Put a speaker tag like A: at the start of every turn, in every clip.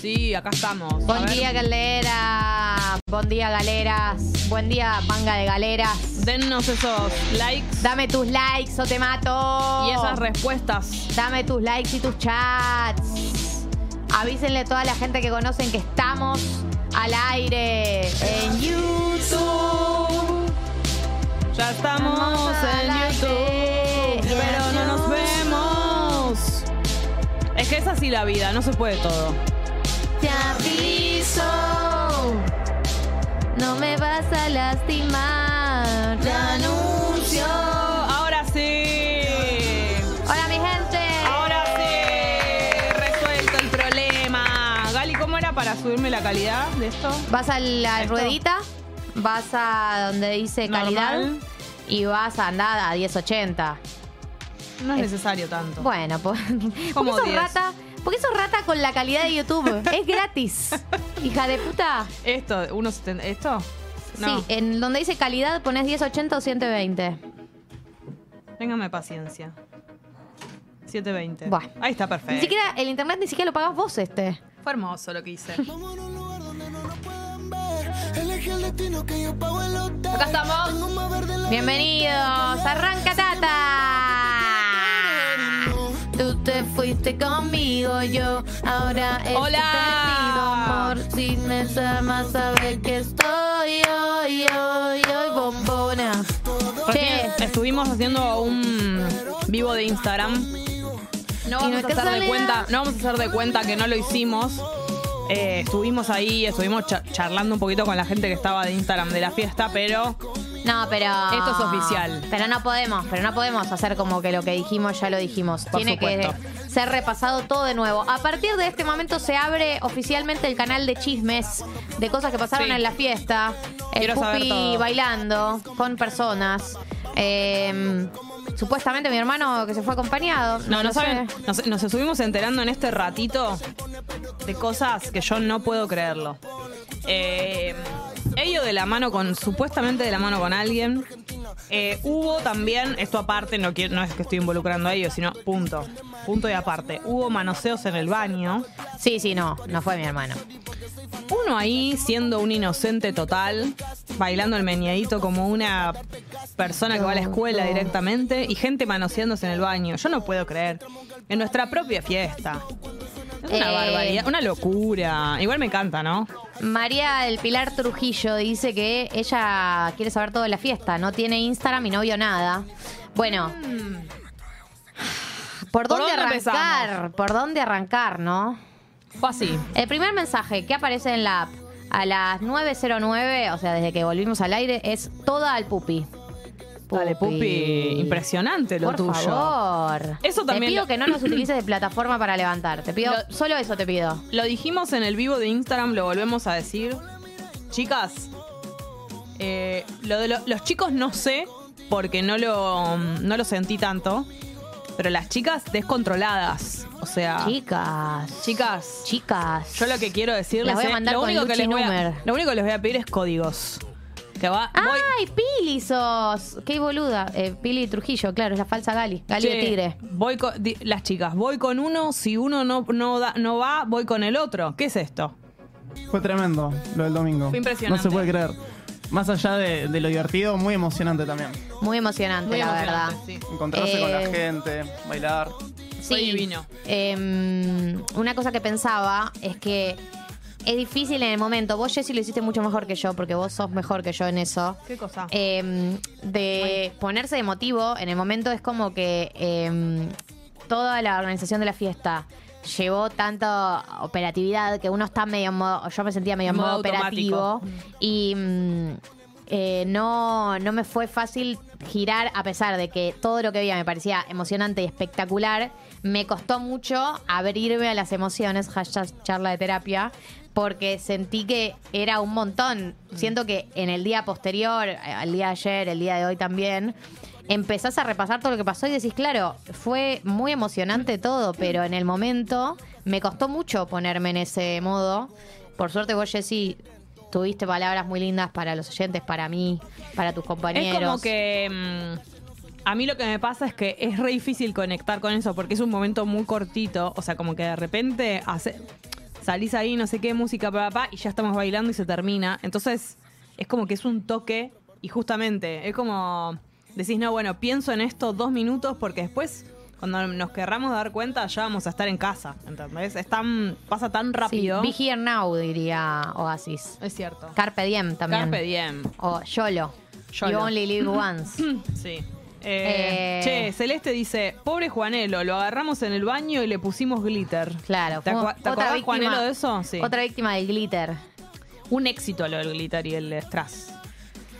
A: Sí, acá estamos. A
B: Buen
A: ver,
B: día, galera. Buen día, galeras. Buen día, manga de galeras.
A: Dennos esos likes
B: Dame tus likes o te mato.
A: y esas respuestas.
B: Dame tus likes y tus chats. Avísenle a toda la gente que conocen que estamos al aire en YouTube.
A: Ya estamos
B: Vamos al
A: en
B: aire,
A: YouTube,
B: en
A: pero no nos
B: YouTube.
A: vemos. Es que es así la vida, no se puede todo.
B: Te aviso. No me vas a lastimar. Te anuncio.
A: Ahora sí.
B: Hola, mi gente.
A: Ahora sí. Resuelto el problema. Gali, ¿cómo era para subirme la calidad de esto?
B: Vas a la
A: Esto.
B: ruedita, vas a donde dice calidad
A: Normal.
B: y vas a andar a 1080.
A: No es necesario tanto.
B: Bueno, pues. ¿Por qué
A: ¿Cómo
B: sos
A: 10?
B: rata? ¿Por qué sos rata con la calidad de YouTube? es gratis. Hija de puta.
A: Esto, uno seten- ¿esto? No.
B: Sí, eh. en donde dice calidad pones 1080 o 120.
A: Téngame paciencia. 720.
B: Buah.
A: Ahí está perfecto.
B: Ni siquiera el internet ni siquiera lo pagas vos este.
A: Fue hermoso lo que hice.
C: Vamos a un lugar donde no nos puedan ver. Elige el destino que yo pago el hotel.
A: Acá estamos.
C: Tengo más verde en la
B: Bienvenidos, arranca Tata. Tú te fuiste conmigo, yo ahora estoy
A: Hola.
B: perdido, amor. Si me llamas, sabes que estoy hoy, hoy, hoy, bombona.
A: Recién Estuvimos haciendo un vivo de Instagram. No
B: Y no
A: vamos
B: es
A: a hacer
B: casualidad.
A: de cuenta, no vamos a hacer de cuenta que no lo hicimos. Eh, estuvimos ahí, estuvimos cha- charlando un poquito con la gente que estaba de Instagram de la fiesta, pero
B: No, pero.
A: Esto es oficial.
B: Pero no podemos, pero no podemos hacer como que lo que dijimos ya lo dijimos.
A: Por
B: Tiene que
A: supuesto.
B: ser repasado todo de nuevo. A partir de este momento se abre oficialmente el canal de chismes, de cosas que pasaron
A: Sí.
B: en la fiesta. El
A: Quiero saber
B: pupi
A: todo.
B: bailando con personas. Eh, supuestamente mi hermano que se fue acompañado.
A: no, no,
B: sé.
A: saben, nos, nos estuvimos enterando en este ratito de cosas que yo no puedo creerlo. Eh, ello de la mano con, supuestamente de la mano con alguien. Eh, hubo también, esto aparte, no, quiero, no es que estoy involucrando a ellos, sino punto. Punto y aparte. Hubo manoseos en el baño.
B: Sí, sí, no, no fue mi hermano.
A: Uno ahí siendo un inocente total, bailando el meñadito como una persona que va a la escuela directamente y gente manoseándose en el baño. Yo no puedo creer. En nuestra propia fiesta. Es una
B: Eh.
A: barbaridad, una locura. Igual me encanta, ¿no?
B: María del Pilar Trujillo dice que ella quiere saber todo de la fiesta, no tiene Instagram y no vio nada. Bueno, ¿por
A: ¿Por
B: dónde
A: dónde
B: arrancar?
A: empezamos?
B: ¿Por dónde arrancar, no?
A: Fue así.
B: El primer mensaje que aparece en la app a las 9.09, o sea, desde que volvimos al aire, es toda al pupi.
A: Dale, Pupi, impresionante lo
B: Por
A: tuyo.
B: favor.
A: Eso también
B: Te pido
A: lo-
B: que no nos utilices de plataforma para levantar. Te pido,
A: Lo-
B: solo eso te pido.
A: Lo dijimos en el vivo de Instagram, lo volvemos a decir. Chicas, eh, lo de lo- los chicos no sé, porque no lo, mm, no lo sentí tanto. Pero las chicas descontroladas. O sea,
B: Chicas.
A: Ah. chicas,
B: Chicas.
A: yo lo que quiero decirles
B: Las voy a
A: es-
B: mandar
A: lo,
B: con
A: único que
B: Luchi
A: les voy a,
B: Numer. Ah,
A: lo único que les voy a pedir es códigos. Que va, voy-
B: ¡Ay, Pili sos! ¡Qué boluda! Eh, Pili Trujillo, claro, es la falsa Gali. Gali
A: Che,
B: de Tigre.
A: Voy con- di- las chicas, voy con uno, si uno no, no, da- no va, voy con el otro. ¿Qué es esto?
D: Fue tremendo lo del domingo.
A: Fue impresionante.
D: No se puede creer. Más allá de, de lo divertido, muy emocionante también.
B: Muy emocionante,
A: Muy
B: la
A: emocionante,
B: verdad.
A: sí.
D: Encontrarse
B: Eh,
D: con la gente, bailar.
B: Sí.
A: Fue divino.
B: Em, una cosa que pensaba es que es difícil en el momento. Vos, Jessy, lo hiciste mucho mejor que yo, porque vos sos mejor que yo en eso.
A: ¿Qué cosa?
B: Em, de ponerse emotivo en el momento es como que em, toda la organización de la fiesta llevó tanta operatividad que uno está medio en modo, yo me sentía medio en
A: Modo
B: modo
A: automático.
B: operativo y mm, eh, no, no me fue fácil girar a pesar de que todo lo que veía me parecía emocionante y espectacular. Me costó mucho abrirme a las emociones, hashtag charla de terapia, porque sentí que era un montón. Siento que en el día posterior, eh, al día de ayer, el día de hoy también, empezás a repasar todo lo que pasó y decís, claro, fue muy emocionante todo, pero en el momento me costó mucho ponerme en ese modo. Por suerte vos, Jessy, tuviste palabras muy lindas para los oyentes, para mí, para tus compañeros.
A: Es como que. mm, a mí lo que me pasa es que es re difícil conectar con eso porque es un momento muy cortito. O sea, como que de repente hace. O sea, salís ahí, no sé qué, música, papá, y ya estamos bailando y se termina. Entonces, es como que es un toque y justamente es como decís, no, bueno, pienso en esto dos minutos porque después, cuando nos querramos dar cuenta, ya vamos a estar en casa, ¿entendés? Es tan, pasa tan rápido.
B: Sí, Be Here Now, diría Oasis.
A: es cierto.
B: Carpe Diem también.
A: Carpe diem.
B: O YOLO.
A: YOLO.
B: You only live once.
A: Sí. Eh,
B: Eh.
A: Che, Celeste dice, pobre Juanelo, lo agarramos en el baño y le pusimos glitter.
B: Claro.
A: ¿Te,
B: fue
A: acua- te acordás, Juanelo, de eso? Sí.
B: Otra víctima del glitter.
A: Un éxito lo del glitter y el strass.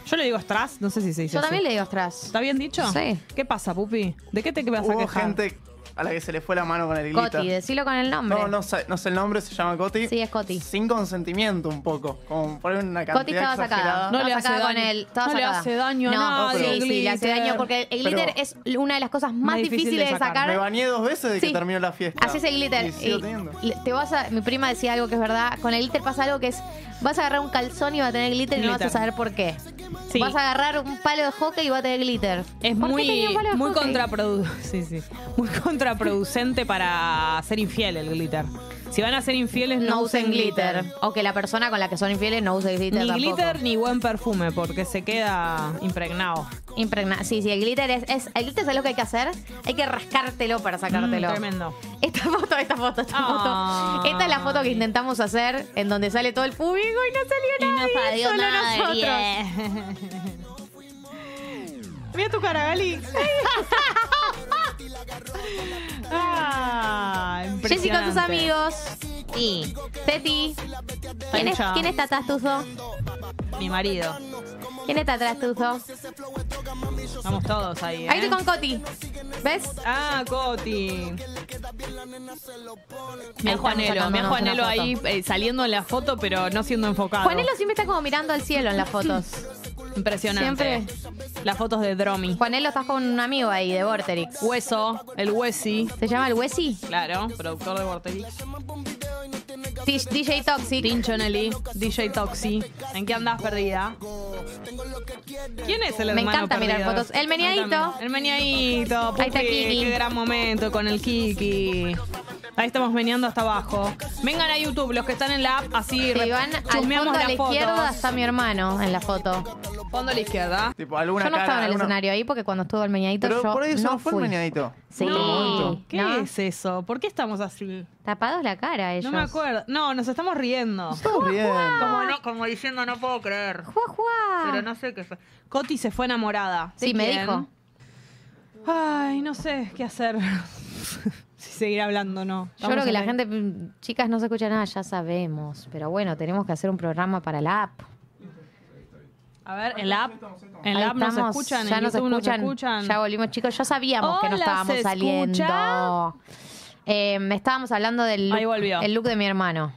A: Yo le digo strass, no sé si se dice
B: Yo
A: así.
B: también le digo atrás.
A: ¿Está bien dicho?
B: Sí.
A: ¿Qué pasa, Pupi? ¿De qué te vas a
D: Hubo
A: quejar?
D: gente a la que se le fue la mano con el glitter.
B: Coti, decilo con el nombre.
D: no, no sé, no sé el nombre, se llama Coti.
B: Sí, es Coti.
D: Sin consentimiento un poco. Como poner una cantidad
B: Coti estaba sacada.
D: exagerada.
A: No le
B: Estaba
A: hace
B: sacada
A: daño.
B: con él. Estaba
A: No le
B: sacada.
A: hace daño a
B: No,
A: nadie el
B: sí, sí, le hace
A: glitter.
B: daño porque el glitter
D: Pero-
B: es una de las cosas más difíciles de sacar.
D: Me bañé dos veces de que
B: Sí.
D: terminó la fiesta.
B: Haces el
D: Y
B: glitter.
D: sigo
B: y
D: teniendo.
B: le- te vas a, mi prima decía algo que es verdad. Con el glitter pasa algo que es. Vas a agarrar un calzón y va a tener glitter, y no vas
A: Glitter.
B: a saber por qué.
A: Sí.
B: Vas a agarrar un palo de hockey y va a tener glitter.
A: Es
B: ¿Por qué tenía
A: muy,
B: un palo de
A: muy,
B: hockey?
A: contraprodu- sí, sí. muy contraproducente para ser infiel el glitter. Si van a ser infieles, no,
B: No usen
A: glitter.
B: glitter. O que la persona con la que son infieles no use glitter.
A: Ni
B: tampoco.
A: glitter ni buen perfume, porque se queda impregnado.
B: Impregna- Sí, sí, el glitter es, es- El glitter es algo que hay que hacer. Hay que rascártelo para sacártelo.
A: Mm, tremendo. Ah.
B: Esta foto, esta foto, esta
A: Ay.
B: foto. Esta es la foto que intentamos hacer en donde sale todo el público y no salió nadie. solo nosotros.
A: Mira tu cara, Gali. ah,
B: Jessy con sus
A: impresionante.
B: amigos. Y Teti. ¿Quién, es-
A: Pancha.
B: quién está atrás tuzo?
A: Mi marido.
B: ¿Quién está atrás tuzo?
A: Vamos todos ahí. ¿eh?
B: Ahí estoy con Coti. ¿Ves?
A: Ah, Coti. Mira
B: estamos
A: Juanelo, mira
B: sacándonos
A: Juanelo
B: una foto.
A: ahí eh, saliendo en la foto, pero no siendo enfocado.
B: Juanelo siempre está como mirando al cielo en las fotos.
A: impresionante. Las fotos de Dromi.
B: Juanelo estás con un amigo ahí de Vorterix.
A: Hueso, el Huesi,
B: ¿Se llama el Wesi?
A: claro, productor de Vorterix.
B: T- DJ Toxic.
A: Tincho Nelly, DJ Toxi. ¿En qué andás perdida? ¿Quién es el
B: Me
A: hermano
B: encanta mirar
A: perdido?
B: fotos. El meneadito.
A: A mí también. El meneadito. Pupi,
B: está Kiki.
A: Qué gran momento con el Kiki. Ahí estamos meneando hasta abajo. Vengan a YouTube, los que están en la app, así
B: Si
A: re-
B: van al
A: chusmeamos
B: fondo a la
A: las fotos.
B: izquierda está mi hermano en la foto.
A: Fondo a la izquierda.
D: Tipo, alguna
B: Yo no
D: cara,
B: estaba en el
D: alguna-
B: escenario ahí porque cuando estuvo el meñadito
D: Pero
B: yo
D: por ahí se
B: no
D: nos fue
B: fui.
D: el meneadito.
B: Sí.
A: No, ¿Qué
B: No.
A: es eso? ¿Por qué estamos así?
B: Tapados la cara ellos.
A: No me acuerdo. No, nos estamos riendo.
D: Estamos riendo.
A: Como, no- como diciendo, no puedo creer.
B: Juá, juá.
A: Pero no sé qué fue. Coti se fue enamorada. ¿De
B: Ah. Sí, me
A: quién?
B: dijo.
A: Ay, no sé qué hacer. si seguir hablando o no.
B: Yo
A: Vamos
B: creo que
A: a
B: la
A: ver.
B: gente, mm, chicas, no se escucha nada, ya sabemos. Pero bueno, tenemos que hacer un programa para la app.
A: A ver, en la app. En
B: Ahí
A: la app nos
B: estamos,
A: escuchan.
B: ya
A: en
B: nos
A: YouTube
B: escuchan,
A: nos escuchan.
B: Ya volvimos, chicos. Ya sabíamos que no
A: Hola,
B: estábamos
A: ¿se
B: saliendo. Eh, estábamos hablando del
A: Ahí volvió.
B: look, el look de mi hermano.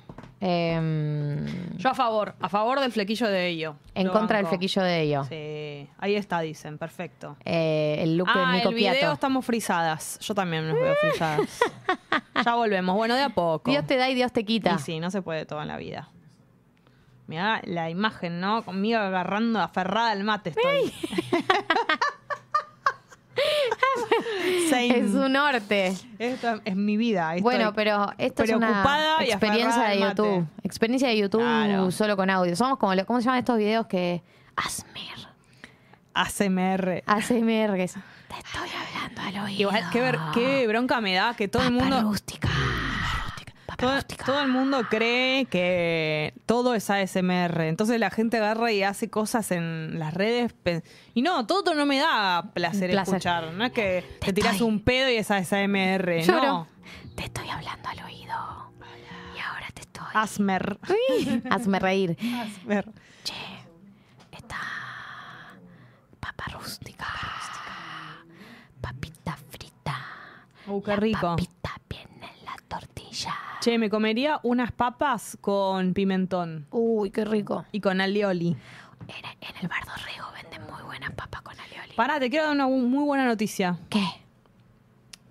B: Eh,
A: Yo a favor. A favor del flequillo de ello.
B: en
A: Lo
B: contra del
A: banco.
B: flequillo de ello.
A: Sí. Ahí está, dicen. Perfecto.
B: Eh, el look de
A: Ah,
B: Nico
A: el video
B: Piatto.
A: estamos frisadas. Yo también nos veo frisadas. ya volvemos. Bueno, de a poco.
B: Dios te da y Dios te quita.
A: Y sí, no se puede todo en la vida. Mirá la imagen, ¿no? Conmigo agarrando, aferrada al mate estoy. Same.
B: Es su norte.
A: Esto es mi vida. Estoy
B: Bueno, pero esto es una
A: preocupada y
B: experiencia
A: aferrada
B: de
A: al mate.
B: YouTube. Experiencia de YouTube
A: Claro.
B: solo con audio. Somos como, lo- ¿cómo se llaman estos videos que... ASMR.
A: ACMR.
B: ASMR. que es, Te estoy hablando al oído.
A: Igual, qué, ver- qué bronca me da que todo el
B: Papa
A: mundo.
B: rústica.
A: Todo, todo el mundo cree que todo es ASMR. Entonces la gente agarra y hace cosas en las redes. pe- Y no, todo no me da placer,
B: Placer.
A: escuchar. No es que te,
B: Te
A: tiras
B: estoy-
A: un pedo y es ASMR.
B: Lloro.
A: No.
B: Te estoy hablando al oído. Y ahora te estoy...
A: Ah, ASMR.
B: Hazme reír.
A: ASMR.
B: Che, está papa rústica. Papita frita.
A: Uh, qué rico.
B: Papita viene en la tortilla.
A: Che, me comería unas papas con pimentón
B: Uy, qué rico.
A: y con alioli.
B: En, en el bar Dorrego venden muy buenas papas con alioli.
A: Pará, te quiero dar una bu- muy buena noticia.
B: ¿Qué?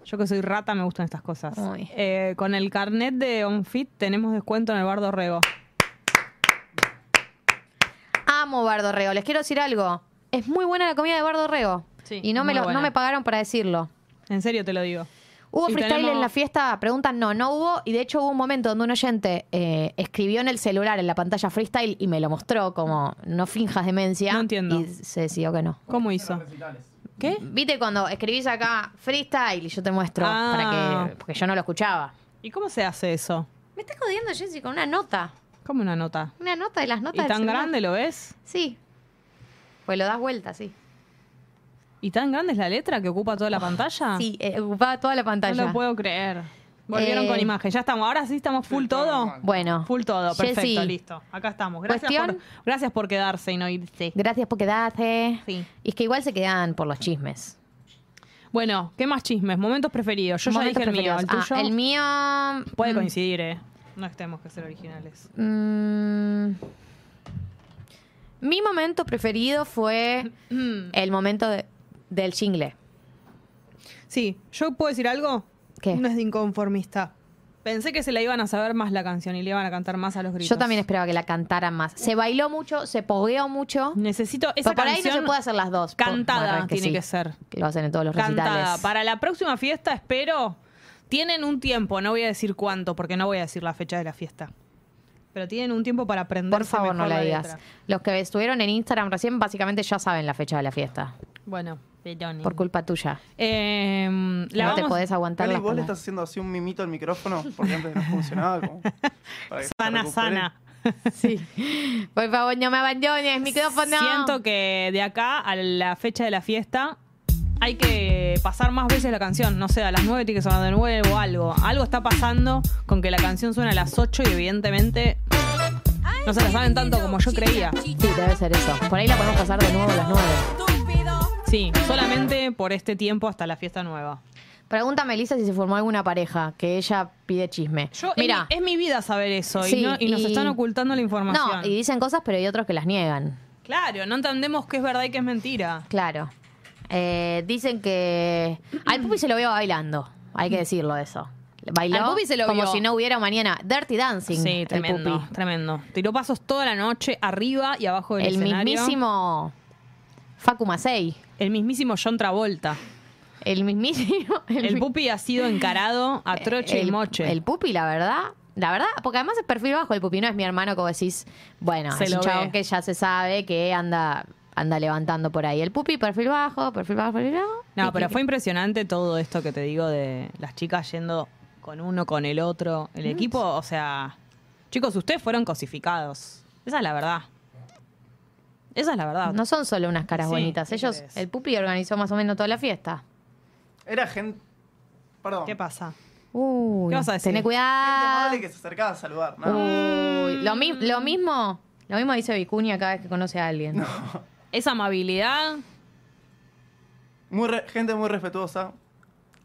A: Yo que soy rata me gustan estas cosas.
B: Uy.
A: Eh, con el carnet de OnFit tenemos descuento en el Bar Dorrego.
B: Amo bar Dorrego. Les quiero decir algo. Es muy buena la comida de bar Dorrego.
A: Sí,
B: y no me,
A: muy
B: lo- no
A: buena.
B: me pagaron para decirlo.
A: En serio te lo digo.
B: ¿Hubo
A: Y
B: freestyle
A: tenemos-
B: en la fiesta? Preguntan, no, no hubo. Y de hecho hubo un momento donde un oyente eh, escribió en el celular, en la pantalla freestyle, y me lo mostró como, no finjas demencia.
A: No entiendo.
B: Y se decidió que no.
A: ¿Cómo hizo? ¿Qué?
B: Viste cuando escribís acá freestyle y yo te muestro
A: Ah.
B: para que. Porque yo no lo escuchaba.
A: ¿Y cómo se hace eso?
B: Me estás jodiendo, Jessy, con una nota.
A: ¿Cómo una nota?
B: Una nota de las
A: ¿Y
B: notas del
A: tan
B: celular.
A: grande lo ves?
B: Sí. Pues lo das vuelta, sí.
A: ¿Y tan grande es la letra que ocupa toda la pantalla?
B: Sí, eh, ocupaba toda la pantalla.
A: Ah. No lo puedo creer. Volvieron
B: Eh,
A: con imagen. Ya estamos. Ahora sí estamos full todo.
B: Bueno.
A: Full todo. Perfecto,
B: Jessy,
A: listo. Acá estamos. Gracias por,
B: ¿Cuestión?
A: gracias por quedarse y no irse.
B: Gracias por quedarte.
A: Sí.
B: Y es que igual se quedan por los chismes.
A: Bueno, ¿qué más chismes? Momentos preferidos. Yo
B: Momentos
A: ya dije el mío. El
B: preferidos.
A: tuyo
B: Ah, el mío.
A: puede
B: mm,
A: coincidir, ¿eh? No estemos que ser originales.
B: mm, mi momento preferido fue el momento de- del jingle.
A: Sí, ¿yo puedo decir algo?
B: ¿Qué?
A: No es de inconformista. Pensé que se la iban a saber más la canción y le iban a cantar más a los gritos.
B: Yo también esperaba que la cantaran más. Se bailó mucho, se pogueó mucho.
A: Necesito esa
B: pero por ahí
A: canción
B: no se puede hacer las dos. Por-
A: Cantada
B: bueno,
A: tiene
B: sí,
A: que ser.
B: que Lo hacen en todos los
A: Cantada.
B: recitales.
A: Para la próxima fiesta, espero. Tienen un tiempo, no voy a decir cuánto, porque no voy a decir la fecha de la fiesta. Pero tienen un tiempo para aprender.
B: Por favor, no la digas.
A: letra.
B: Los que estuvieron en Instagram recién, básicamente ya saben la fecha de la fiesta.
A: Bueno, Peroni.
B: Por culpa tuya.
A: Eh, la
B: no te
A: vamos-
B: podés aguantar
E: Eli,
B: las
E: vos le
B: palabras.
E: estás haciendo así un mimito al micrófono porque antes no funcionaba. Como, para que se
A: Sana,
E: recupere.
A: sana.
B: Sí. Por favor, no me abandones, micrófono.
A: Siento que de acá a la fecha de la fiesta hay que pasar más veces la canción. No sé, a las 9 tiene que sonar de nuevo o algo. Algo está pasando con que la canción suena a las 8 y evidentemente no se la saben tanto como yo creía.
B: Sí, debe ser eso. Por ahí la podemos pasar de nuevo a las nueve.
A: Sí, solamente por este tiempo hasta la fiesta nueva.
B: Pregunta a Melissa si se formó alguna pareja, que ella pide chisme.
A: Yo,
B: Mira,
A: es, mi, es mi vida saber eso
B: Sí,
A: y, no- y nos
B: y-
A: están ocultando la información.
B: no, y dicen cosas, pero hay otros que las niegan.
A: Claro, no entendemos qué es verdad y qué es mentira.
B: Claro. Eh, dicen que al Pupi se lo vio bailando. Hay que decirlo eso. Bailó
A: Al Pupi se lo
B: como
A: vio.
B: si no hubiera mañana. Dirty Dancing.
A: Sí,
B: el
A: tremendo,
B: Pupi.
A: tremendo. Tiró pasos toda la noche arriba y abajo del
B: El,
A: escenario.
B: mismísimo Facu Macei.
A: El mismísimo John Travolta.
B: El mismísimo.
A: El
B: mi-
A: pupi ha sido encarado a troche
B: el-
A: y moche.
B: El Pupi, la verdad. La verdad, porque además es perfil bajo. El Pupi no es mi hermano, como decís. Bueno,
A: Se
B: es un
A: lo
B: chabón
A: ve.
B: que ya se sabe que anda anda levantando por ahí. El Pupi, perfil bajo, perfil bajo, perfil bajo. Y-
A: no, pero
B: y-
A: fue impresionante todo esto que te digo de las chicas yendo con uno, con el otro. El
B: Mm.
A: equipo, o sea, chicos, ustedes fueron cosificados. Esa es la verdad. Esa es la verdad.
B: No son solo unas caras
A: Sí,
B: bonitas.
A: ¿qué
B: Ellos,
A: crees?
B: el Pupi organizó más o menos toda la fiesta.
E: Era gente. Perdón.
A: ¿Qué Ah. pasa?
B: Uy,
A: ¿Qué vas a decir?
B: Tené
E: Gente
B: cuidado.
E: amable que se acercaba a saludar. ¿no?
A: Uh.
B: Uy, lo, mi- lo mismo, lo mismo dice Vicuña cada vez que conoce a alguien.
A: Esa amabilidad.
E: Muy re- gente muy respetuosa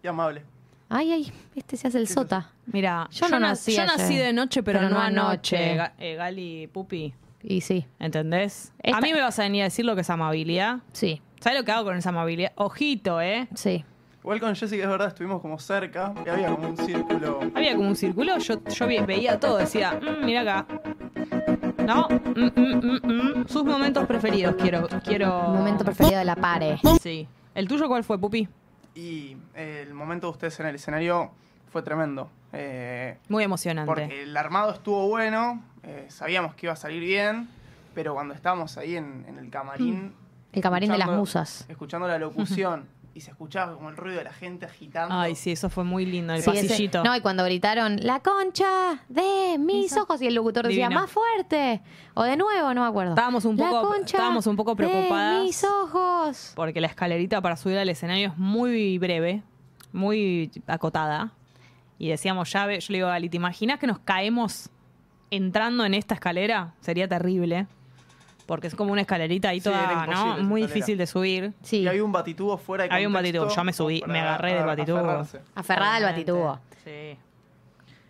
E: y amable.
B: Ay, ay, este se hace el sota.
A: Mira,
B: Yo no
A: na-
B: nací
A: yo
B: ayer,
A: nací de noche, pero, no, anoche.
B: anoche.
A: Ga- eh, Gali, pupi,
B: Y sí,
A: ¿entendés?
B: Esta-
A: A mí me vas a venir a decir lo que es amabilidad.
B: sí,
A: ¿Sabes lo que hago con esa amabilidad? Ojito, ¿eh?
B: sí.
E: Igual con Jessica, es verdad, estuvimos como cerca y había como un círculo.
A: Había como un círculo, yo, yo vi- veía todo, decía, "Mm, mira acá. No, mm, mm, mm, mm. sus momentos preferidos quiero, quiero.
B: Momento preferido de la pare.
A: Sí. ¿El tuyo cuál fue, Pupi?
E: Y eh, el momento de ustedes en el escenario fue tremendo. Eh,
A: Muy emocionante.
E: Porque el armado estuvo bueno, eh, sabíamos que iba a salir bien, pero cuando estábamos ahí en, en el camarín.
B: Mm. El camarín de las
E: escuchando-
B: musas.
E: Escuchando la locución y se escuchaba como el ruido de la gente agitando.
A: Ay, sí, eso fue muy lindo, el
B: Sí, ese-
A: pasillito.
B: no, y cuando gritaron, la concha de mis ojos, y el locutor decía,
A: Divino.
B: más fuerte. O de nuevo, no me acuerdo.
A: Estábamos un
B: "La
A: poco-
B: concha
A: estábamos un poco
B: De
A: preocupadas".
B: mis ojos.
A: Porque la escalerita para subir al escenario es muy breve, muy acotada. Y decíamos, ya, ve- yo le digo a Gali, ¿te imaginas que nos caemos entrando en esta escalera? Sería terrible. Porque es como una escalerita ahí
E: Sí, era
A: toda,
E: imposible
A: ¿no?
E: esa
A: Muy
E: escalera.
A: difícil de subir.
B: Sí.
E: Y había un batitubo fuera de
A: Había un
E: contexto
A: batitubo, yo me subí,
E: como
A: me
E: para
A: agarré del batitubo.
E: aferrarse.
B: Aferrada al
A: Obviamente.
B: batitubo.
A: Sí.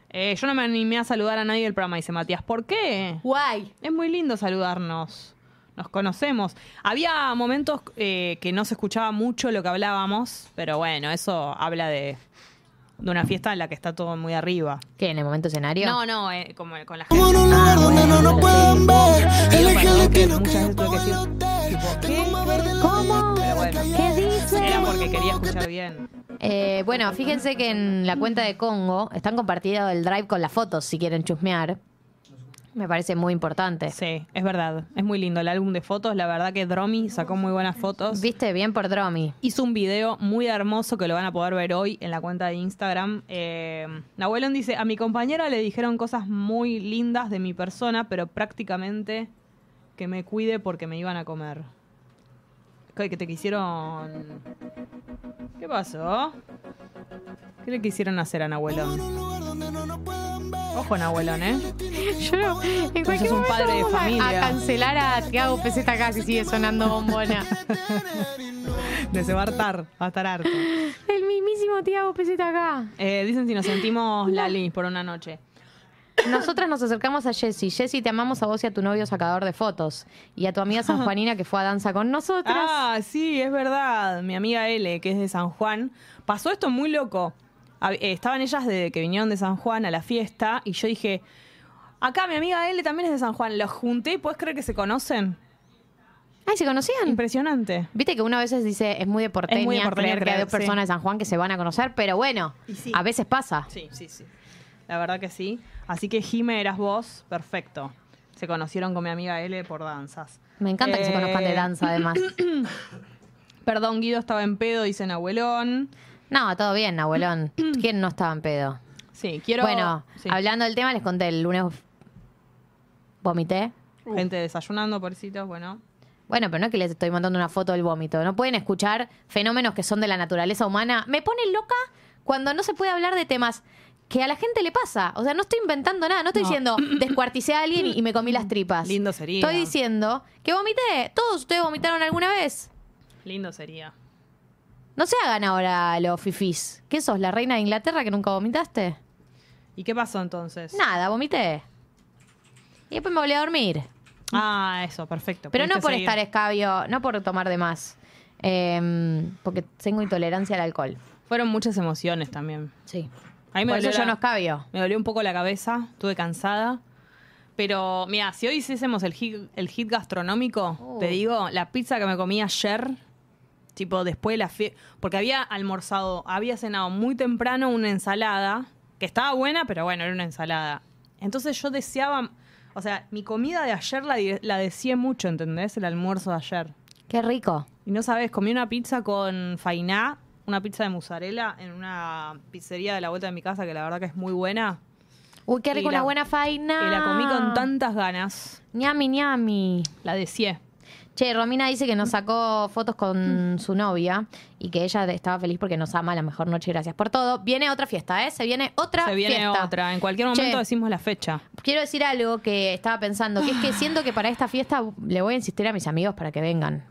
A: Eh, yo no me animé a saludar a nadie del programa, dice Matías. ¿Por qué?
B: Guay.
A: Es muy lindo saludarnos. Nos conocemos. Había momentos eh, que no se escuchaba mucho lo que hablábamos, pero bueno, eso habla de, de una fiesta en la que está todo muy arriba.
B: ¿Qué, en el momento escenario?
A: No, no, eh, como con la
C: Como en
A: gente. Ah,
C: un lugar donde no nos pueden ver.
A: Digo,
C: Elige el
A: perdón, que
C: destino
A: muchas
C: que yo
A: veces tuve que decir,
C: pago el hotel.
A: tipo,
C: Tengo
A: ¿qué?
C: más verde en la
B: ¿Cómo?
A: Pero bueno.
B: ¿Qué dice?
A: Era porque que quería escuchar bien.
B: Eh, bueno, fíjense que en la cuenta de Congo están compartido el drive con las fotos si quieren chusmear. Me parece muy importante.
A: Sí, es verdad. Es muy lindo el álbum de fotos. La verdad que Dromi sacó muy buenas fotos.
B: Viste, bien por Dromi.
A: Hizo un video muy hermoso que lo van a poder ver hoy en la cuenta de Instagram. Eh, Nahuelón dice, a mi compañera le dijeron cosas muy lindas de mi persona, pero prácticamente que me cuide porque me iban a comer. ¿Qué, que te quisieron... ¿Qué pasó? ¿Qué le quisieron hacer a Nahuelón? Ojo, Nahuelón, ¿eh?
B: Yo no, en
A: cualquier un momento padre de vamos a- familia.
B: A,
A: a
B: cancelar a Tiago Peseta acá si sigue sonando bombona.
A: De se va a hartar, va a estar harto.
B: el mismísimo Tiago Peseta acá.
A: Eh, dicen si nos sentimos Lali por una noche.
B: Nosotras nos acercamos a Jessy. Jessy, te amamos a vos y a tu novio sacador de fotos. Y a tu amiga San Juanina que fue a danza con nosotras.
A: Ah, sí, es verdad. Mi amiga L, que es de San Juan, pasó esto muy loco. Hab- eh, Estaban ellas de que vinieron de San Juan a la fiesta y yo dije, acá mi amiga L también es de San Juan. Los junté y puedes creer que se conocen.
B: Ay, ¿se
A: Mm.
B: conocían?
A: Impresionante.
B: Viste que uno a veces dice, es muy de porteña,
A: Es muy de porteña
B: creer que hay
A: creer,
B: dos
A: sí.
B: personas de San Juan que se van a conocer, pero bueno,
A: Y sí.
B: a veces pasa.
A: Sí, sí, sí. La verdad que sí. Así que Jime eras vos, perfecto. Se conocieron con mi amiga L por danzas.
B: Me encanta que se
A: Eh,
B: conozcan de danza, además.
A: Perdón, Guido estaba en pedo, dicen abuelón.
B: No, todo bien, abuelón. ¿Quién no estaba en pedo?
A: Sí, quiero.
B: bueno,
A: Sí.
B: hablando del tema, les conté el lunes vomité.
A: Gente desayunando, pobrecitos, bueno.
B: Bueno, pero no es que les estoy mandando una foto del vómito. No pueden escuchar fenómenos que son de la naturaleza humana. Me pone loca cuando no se puede hablar de temas que a la gente le pasa. O sea, no estoy inventando nada. No estoy diciendo descuarticé a alguien y me comí las tripas.
A: Lindo sería.
B: Estoy diciendo que vomité. Todos ustedes vomitaron alguna vez.
A: Lindo sería.
B: No se hagan ahora los fifís. ¿Qué sos, la reina de Inglaterra que nunca vomitaste?
A: ¿Y qué pasó entonces?
B: Nada, vomité. Y después me volví a dormir.
A: Ah, eso, perfecto.
B: Pero no
A: Pudiste
B: por
A: seguir.
B: estar escabio, no por tomar de más. Eh, porque tengo intolerancia al alcohol.
A: Fueron muchas emociones también.
B: Sí.
A: A mí me
B: por eso
A: dolió,
B: yo
A: la-
B: no escabio.
A: me dolió un poco la cabeza, estuve cansada. Pero mira, si hoy hiciésemos el hit, el hit gastronómico,
B: Uh.
A: te digo, la pizza que me comí ayer, tipo después de la fiesta, porque había almorzado, había cenado muy temprano una ensalada, que estaba buena, pero bueno, era una ensalada. Entonces yo deseaba, o sea, mi comida de ayer la, di- la deseé mucho, ¿entendés? El almuerzo de ayer.
B: Qué rico.
A: Y no sabes, comí una pizza con fainá, una pizza de mozzarella en una pizzería de la vuelta de mi casa que la verdad que es muy buena.
B: Uy, qué rico,
A: Y la-
B: una buena faina.
A: Y la comí con tantas ganas.
B: ñami ñami.
A: La deseé.
B: Che, Romina dice que nos sacó fotos
A: Mm.
B: con su novia y que ella estaba feliz porque nos ama la mejor noche, gracias por todo. Viene otra fiesta, ¿eh? Se viene otra
A: Se viene
B: fiesta.
A: otra. En cualquier momento
B: Che.
A: decimos la fecha.
B: Quiero decir algo que estaba pensando, que es que siento que para esta fiesta le voy a insistir a mis amigos para que vengan.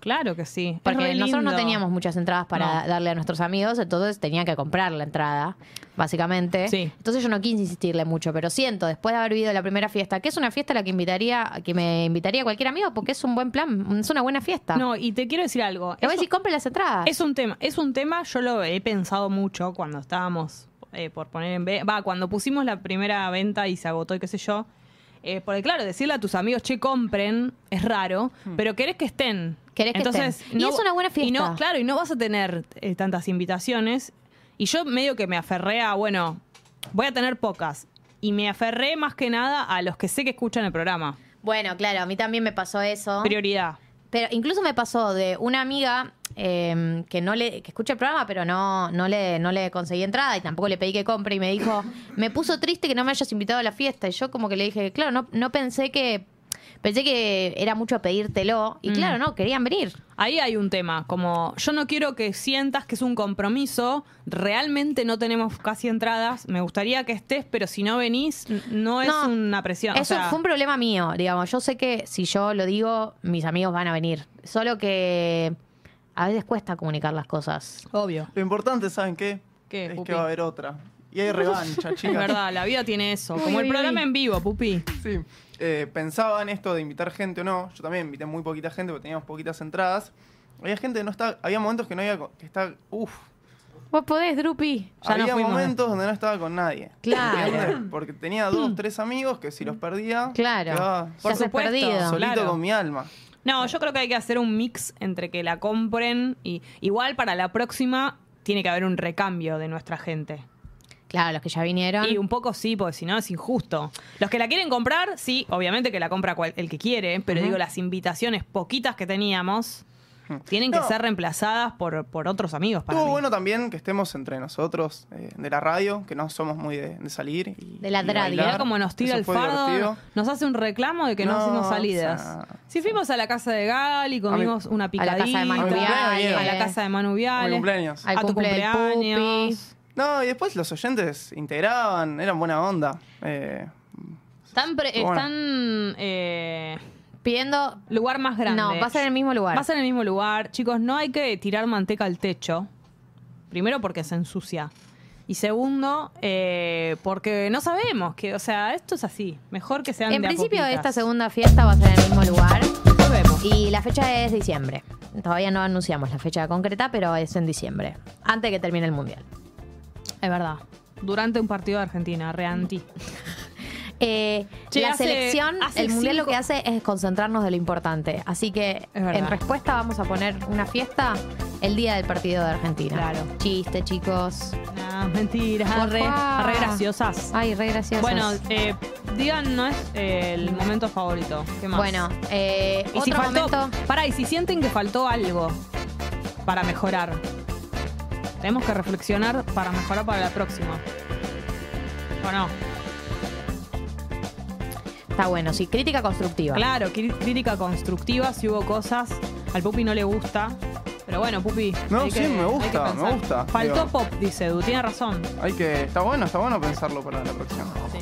A: Claro que sí. Es
B: Porque
A: re
B: nosotros no
A: lindo.
B: teníamos muchas entradas para
A: No.
B: darle a nuestros amigos, entonces tenía que comprar la entrada, básicamente.
A: Sí.
B: Entonces yo no quise insistirle mucho, pero siento, después de haber vivido la primera fiesta, que es una fiesta a la que invitaría, a que me invitaría cualquier amigo, porque es un buen plan, es una buena fiesta.
A: No, y te quiero decir algo.
B: Le voy a
A: Eso-
B: decir, compre las entradas.
A: Es un tema, es un tema, yo lo he pensado mucho cuando estábamos eh, por poner en venta, va, cuando pusimos la primera venta y se agotó y qué sé yo, eh, porque claro, decirle a tus amigos, che, compren, es raro, pero querés que estén.
B: Hmm. Querés que
A: Entonces,
B: estén. Y es una buena
A: Y no,
B: fiesta.
A: claro, y no vas a tener eh, tantas invitaciones. Y yo medio que me aferré a, bueno, voy a tener pocas. Y me aferré más que nada a los que sé que escuchan el programa.
B: Bueno, claro, a mí también me pasó eso.
A: Prioridad.
B: Pero incluso me pasó de una amiga eh, que no le que escucha el programa, pero no, no, le, no le conseguí entrada y tampoco le pedí que compre y me dijo, me puso triste que no me hayas invitado a la fiesta. Y yo como que le dije, claro, no, no pensé que... Pensé que era mucho pedírtelo y claro, no, querían venir.
A: Ahí hay un tema, como yo no quiero que sientas que es un compromiso, realmente no tenemos casi entradas, me gustaría que estés, pero si no venís, n- no es
B: No,
A: una presión. o
B: Eso
A: sea,
B: fue un problema mío, digamos. Yo sé que si yo lo digo, mis amigos van a venir. Solo que a veces cuesta comunicar las cosas.
A: obvio.
E: Lo importante, ¿saben qué?
A: ¿Qué,
E: es
A: Pupi?
E: que va a haber otra. Y hay revancha, chicas.
A: Es verdad, la vida tiene eso,
B: Uy,
A: como el
B: uy,
A: programa
B: uy.
A: en vivo, pupi.
E: Sí. Eh, pensaba en esto de invitar gente o no. Yo también invité muy poquita gente porque teníamos poquitas entradas. Había gente que no estaba. Había momentos que no había. co- Que estaba, uf,
B: Vos podés, Drupi.
A: Ya nos
E: había
A: fuimos.
E: momentos donde no estaba con nadie.
B: Claro.
E: ¿Entiendes? Porque tenía dos, tres amigos que si los perdía.
B: Claro.
E: quedaba
B: Por
E: solito
A: supuesto.
B: perdido.
A: claro.
E: con mi alma.
A: No, yo creo que hay que hacer un mix entre que la compren y igual para la próxima tiene que haber un recambio de nuestra gente.
B: Claro, los que ya vinieron.
A: Y un poco sí, porque si no es injusto. Los que la quieren comprar, sí, obviamente que la compra cual- el que quiere, pero digo, las invitaciones poquitas que teníamos tienen que
E: Hmm. No.
A: ser reemplazadas por, por otros amigos para
E: Estuvo
A: mí.
E: bueno también que estemos entre nosotros eh, de la radio, que no somos muy de, de salir. Y,
B: De la
E: y
B: radio.
E: bailar.
A: Mirá cómo nos tira
E: Eso
A: el
E: fue
A: fardo,
E: divertido.
A: nos hace un reclamo de que no,
E: No,
A: hacemos salidas.
E: o sea,
A: sí fuimos a la casa de Gali, comimos una
B: a
A: picadita.
B: la casa de Manu
E: A mi cumpleaños,
B: Viale,
A: a la casa de Manu Viale,
E: A mi cumpleaños.
B: Al
A: a tu
B: cumple del
A: cumpleaños.
E: No, y después los oyentes integraban, eran buena onda. Eh,
A: Están, pre-
E: Bueno.
A: están eh,
B: Pidiendo.
A: lugar más grande.
B: No, va a ser en el mismo lugar.
A: Va a ser en el mismo lugar. Chicos, no hay que tirar manteca al techo. Primero porque se ensucia. Y segundo, eh, porque no sabemos que, o sea, esto es así. Mejor que sean
B: En
A: de a
B: principio,
A: poquitas.
B: esta segunda fiesta va a ser en el mismo lugar.
A: Después vemos.
B: Y la fecha es diciembre. Todavía no anunciamos la fecha concreta, pero es en diciembre. Antes de que termine el mundial.
A: Es verdad. Durante un partido de Argentina, reanti.
B: Eh,
A: Che,
B: la
A: hace-
B: selección,
A: hace
B: el mundial
A: cinco-
B: lo que hace es concentrarnos de lo importante. Así que
A: Es verdad.
B: en respuesta vamos a poner una fiesta el día del partido de Argentina.
A: Claro.
B: Chiste, chicos.
A: No, mentiras.
B: Porfa.
A: Re, re graciosas.
B: Ay, re gracias.
A: Bueno, eh, digan, no es eh, el momento favorito. ¿Qué más?
B: bueno eh,
A: Y
B: otro
A: si faltó,
B: momento.
A: pará, y si sienten que faltó algo para mejorar, tenemos que reflexionar para mejorar para la próxima. ¿O no?
B: Está bueno, sí, crítica constructiva.
A: Claro, cri- crítica constructiva, si hubo cosas, al Pupi no le gusta. Pero bueno, Pupi.
E: No,
A: hay
E: sí,
A: que-
E: me
A: hay
E: gusta,
A: que
E: me
A: pensar.
E: gusta,
A: Faltó
E: digo.
A: pop, dice Edu, tiene razón.
E: hay que, está bueno, está bueno pensarlo para la próxima.
A: Sí.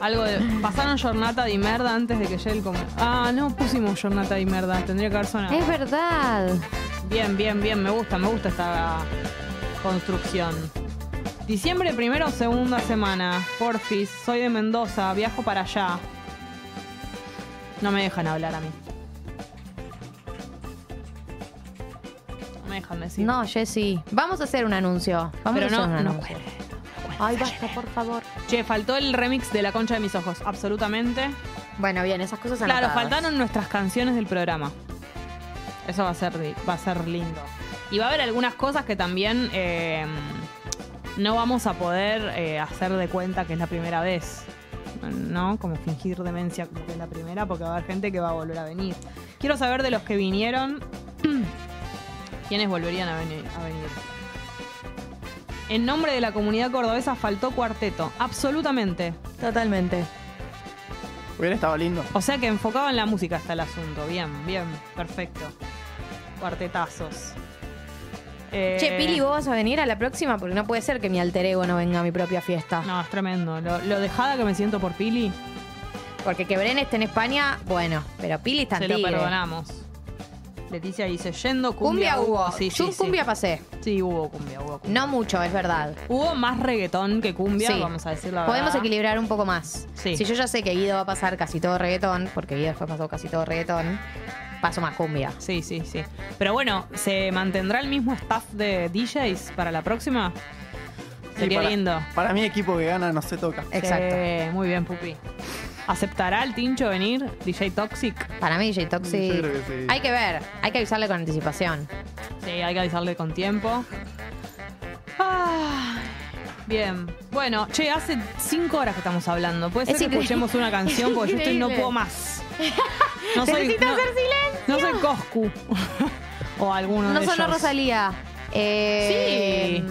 A: Algo de. Pasaron Jornata di Merda antes de que llegue el. com- Ah, no pusimos Jornata di Merda, tendría que haber sonado.
B: Es verdad.
A: Bien, bien, bien, me gusta, me gusta esta construcción. Diciembre primero, segunda semana. Porfis, soy de Mendoza, viajo para allá. No me dejan hablar a mí. No me dejan decir.
B: No, Jessy. Vamos a hacer un anuncio. Vamos
A: pero
B: a hacer
A: no,
B: un
A: no
B: anuncio.
A: puede.
B: Ay, basta, por favor.
A: Che, faltó el remix de La Concha de Mis Ojos, absolutamente.
B: Bueno, bien, esas cosas
A: Claro,
B: anotadas.
A: faltaron nuestras canciones del programa. Eso va a ser, li- va a ser lindo. Y va a haber algunas cosas que también eh, no vamos a poder eh, hacer de cuenta que es la primera vez. ¿No? Como fingir demencia como que es la primera, porque va a haber gente que va a volver a venir. Quiero saber de los que vinieron, quiénes volverían a venir. a venir. En nombre de la comunidad cordobesa faltó cuarteto. Absolutamente.
B: Totalmente.
E: Hubiera estado lindo.
A: O sea que enfocado en la música está el asunto. Bien, bien, perfecto. Cuartetazos. Eh,
B: Che, Pili, ¿vos vas a venir a la próxima? Porque no puede ser que mi alter ego no venga a mi propia fiesta.
A: No, es tremendo. Lo, lo dejada que me siento por Pili,
B: Porque que Bren esté en España, bueno, pero Pili está en
A: se lo
B: Tigre.
A: perdonamos. Leticia dice, yendo cumbia,
B: Cumbia hubo.
A: Sí,
B: Yo
A: sí, sí.
B: cumbia pasé.
A: Sí, hubo cumbia, hubo cumbia.
B: No mucho, es verdad.
A: Hubo más reggaetón que cumbia,
B: Sí.
A: vamos a decir la
B: Podemos
A: verdad.
B: equilibrar un poco más.
A: Sí.
B: Si yo ya sé que Guido va a pasar casi todo reggaetón, porque Guido después pasó casi todo reggaetón, paso más cumbia.
A: Sí, sí, sí. Pero bueno, ¿se mantendrá el mismo staff de DJs para la próxima?
E: Y
A: Sería
E: para-
A: lindo.
E: Para mí, equipo que gana no se toca.
B: Exacto.
A: Sí, muy bien, Pupi. ¿Aceptará el tincho venir? DJ Toxic.
B: Para mí, DJ Toxic.
E: Mm, Yo creo que sí. Ah,
B: Hay que ver, hay que avisarle con anticipación.
A: Sí, hay que avisarle con tiempo. Ah, bien. Bueno, che, hace cinco horas que estamos hablando. Puede ser
B: Es
A: que
B: increíble.
A: escuchemos una canción porque yo estoy no
B: Increíble.
A: puedo más. No soy,
B: Necesito
A: no,
B: hacer silencio.
A: no soy Coscu. o alguno
B: No
A: de
B: sonó
A: ellos.
B: Rosalía. Eh,
A: Sí.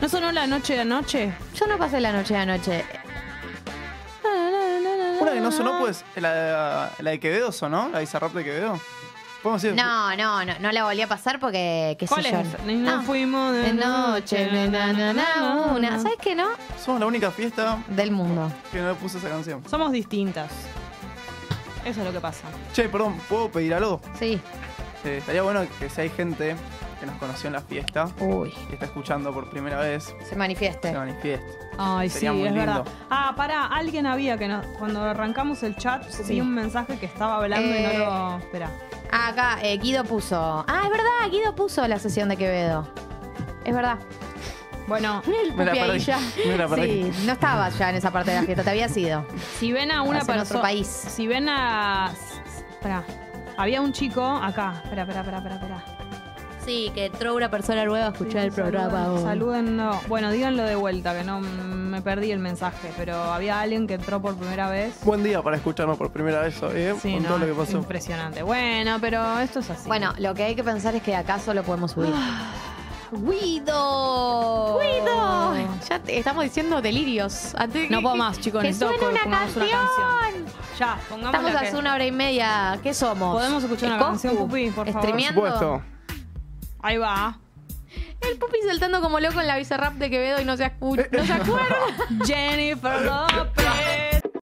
A: ¿No sonó la noche de anoche?
B: Yo no pasé la noche de anoche.
E: Una que no sonó, pues, la, la de Quevedo sonó, la Bizarrap de Quevedo. Podemos decir.
B: No, no, no, no la volví a pasar porque, qué
A: ¿Cuál
B: sé
A: es?
B: yo.
A: esa? Ni No
B: Ah.
A: fuimos de
B: De noche, na, na, na, na, una. ¿Sabes qué no?
E: Somos la única fiesta
B: Del mundo.
E: que no le puso esa canción.
A: Somos distintas. Eso es lo que pasa.
E: Che, perdón, ¿puedo pedir algo?
B: Sí.
E: Eh, estaría bueno que si hay gente que nos conoció en la fiesta
B: Uy,
E: y está escuchando por primera vez,
B: se manifieste.
E: se manifieste.
A: Ay,
E: Sería
A: sí,
E: muy
A: es
E: lindo.
A: verdad. Ah, pará, alguien había que no- cuando arrancamos el chat vi un mensaje que estaba hablando y
B: Eh.
A: no lo. Espera.
B: Ah, acá, eh, Guido puso. Ah, es verdad, Guido puso la sesión de Quevedo. Es verdad.
A: Bueno,
B: El
E: Me la
B: pupi ahí
E: perdí,
B: ya.
E: me la perdí.
B: Sí, no estabas ya en esa parte de la fiesta, te había sido.
A: si ven a una
B: Estás en otro
A: persona.
B: país.
A: Si ven a. Pará. Había un chico acá. Espera, espera, espera, espera. espera.
B: Sí, que entró una persona nueva a escuchar el programa. hoy.
A: Salúdenlo. Bueno, díganlo de vuelta, que no me perdí el mensaje, pero había alguien que entró por primera vez.
E: Buen día para escucharnos por primera vez hoy, ¿eh?
A: Sí,
E: con
A: no,
E: todo lo que
A: es
E: pasó.
A: impresionante. Bueno, pero esto es así.
B: Bueno, lo que hay que pensar es que acá solo podemos subir. Ah, ¡Guido! ¡Guido! Ya te- estamos diciendo delirios. Antes de que-
A: no puedo más, chicos.
B: que
A: necesito
B: suene una
A: pongamos
B: canción.
A: Ya, pongamos
B: Estamos hace una hora y media. ¿Qué somos?
A: ¿Podemos escuchar una
B: ¿Coscu?
A: canción, Pupi, por favor?
E: Por
B: ¿Streameando?
E: supuesto.
A: Ahí va.
B: El Pupi
E: Eh,
B: saltando como loco en la vice rap de Quevedo y no se, escu- no se acuerda.
A: Jennifer López.